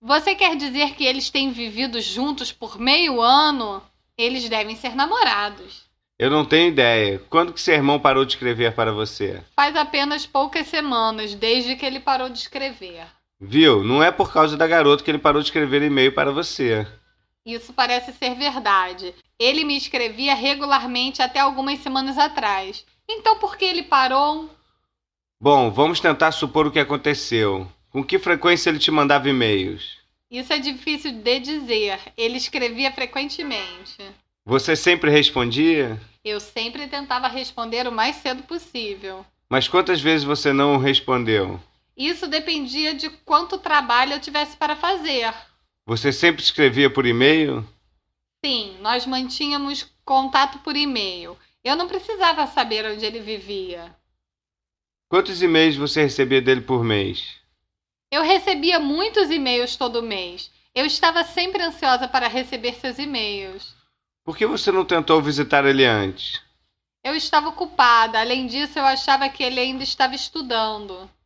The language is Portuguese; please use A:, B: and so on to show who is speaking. A: Você quer dizer que eles têm vivido juntos por meio ano? Eles devem ser namorados.
B: Eu não tenho ideia. Quando que seu irmão parou de escrever para você?
A: Faz apenas poucas semanas desde que ele parou de escrever.
B: Viu? Não é por causa da garota que ele parou de escrever e-mail para você.
A: Isso parece ser verdade. Ele me escrevia regularmente até algumas semanas atrás. Então por que ele parou?
B: Bom, vamos tentar supor o que aconteceu. Com que frequência ele te mandava e-mails?
A: Isso é difícil de dizer. Ele escrevia frequentemente.
B: Você sempre respondia?
A: Eu sempre tentava responder o mais cedo possível.
B: Mas quantas vezes você não respondeu?
A: Isso dependia de quanto trabalho eu tivesse para fazer.
B: Você sempre escrevia por e-mail?
A: Sim, nós mantínhamos contato por e-mail. Eu não precisava saber onde ele vivia.
B: Quantos e-mails você recebia dele por mês?
A: Eu recebia muitos e-mails todo mês. Eu estava sempre ansiosa para receber seus e-mails.
B: Por que você não tentou visitar ele antes?
A: Eu estava ocupada. Além disso, eu achava que ele ainda estava estudando.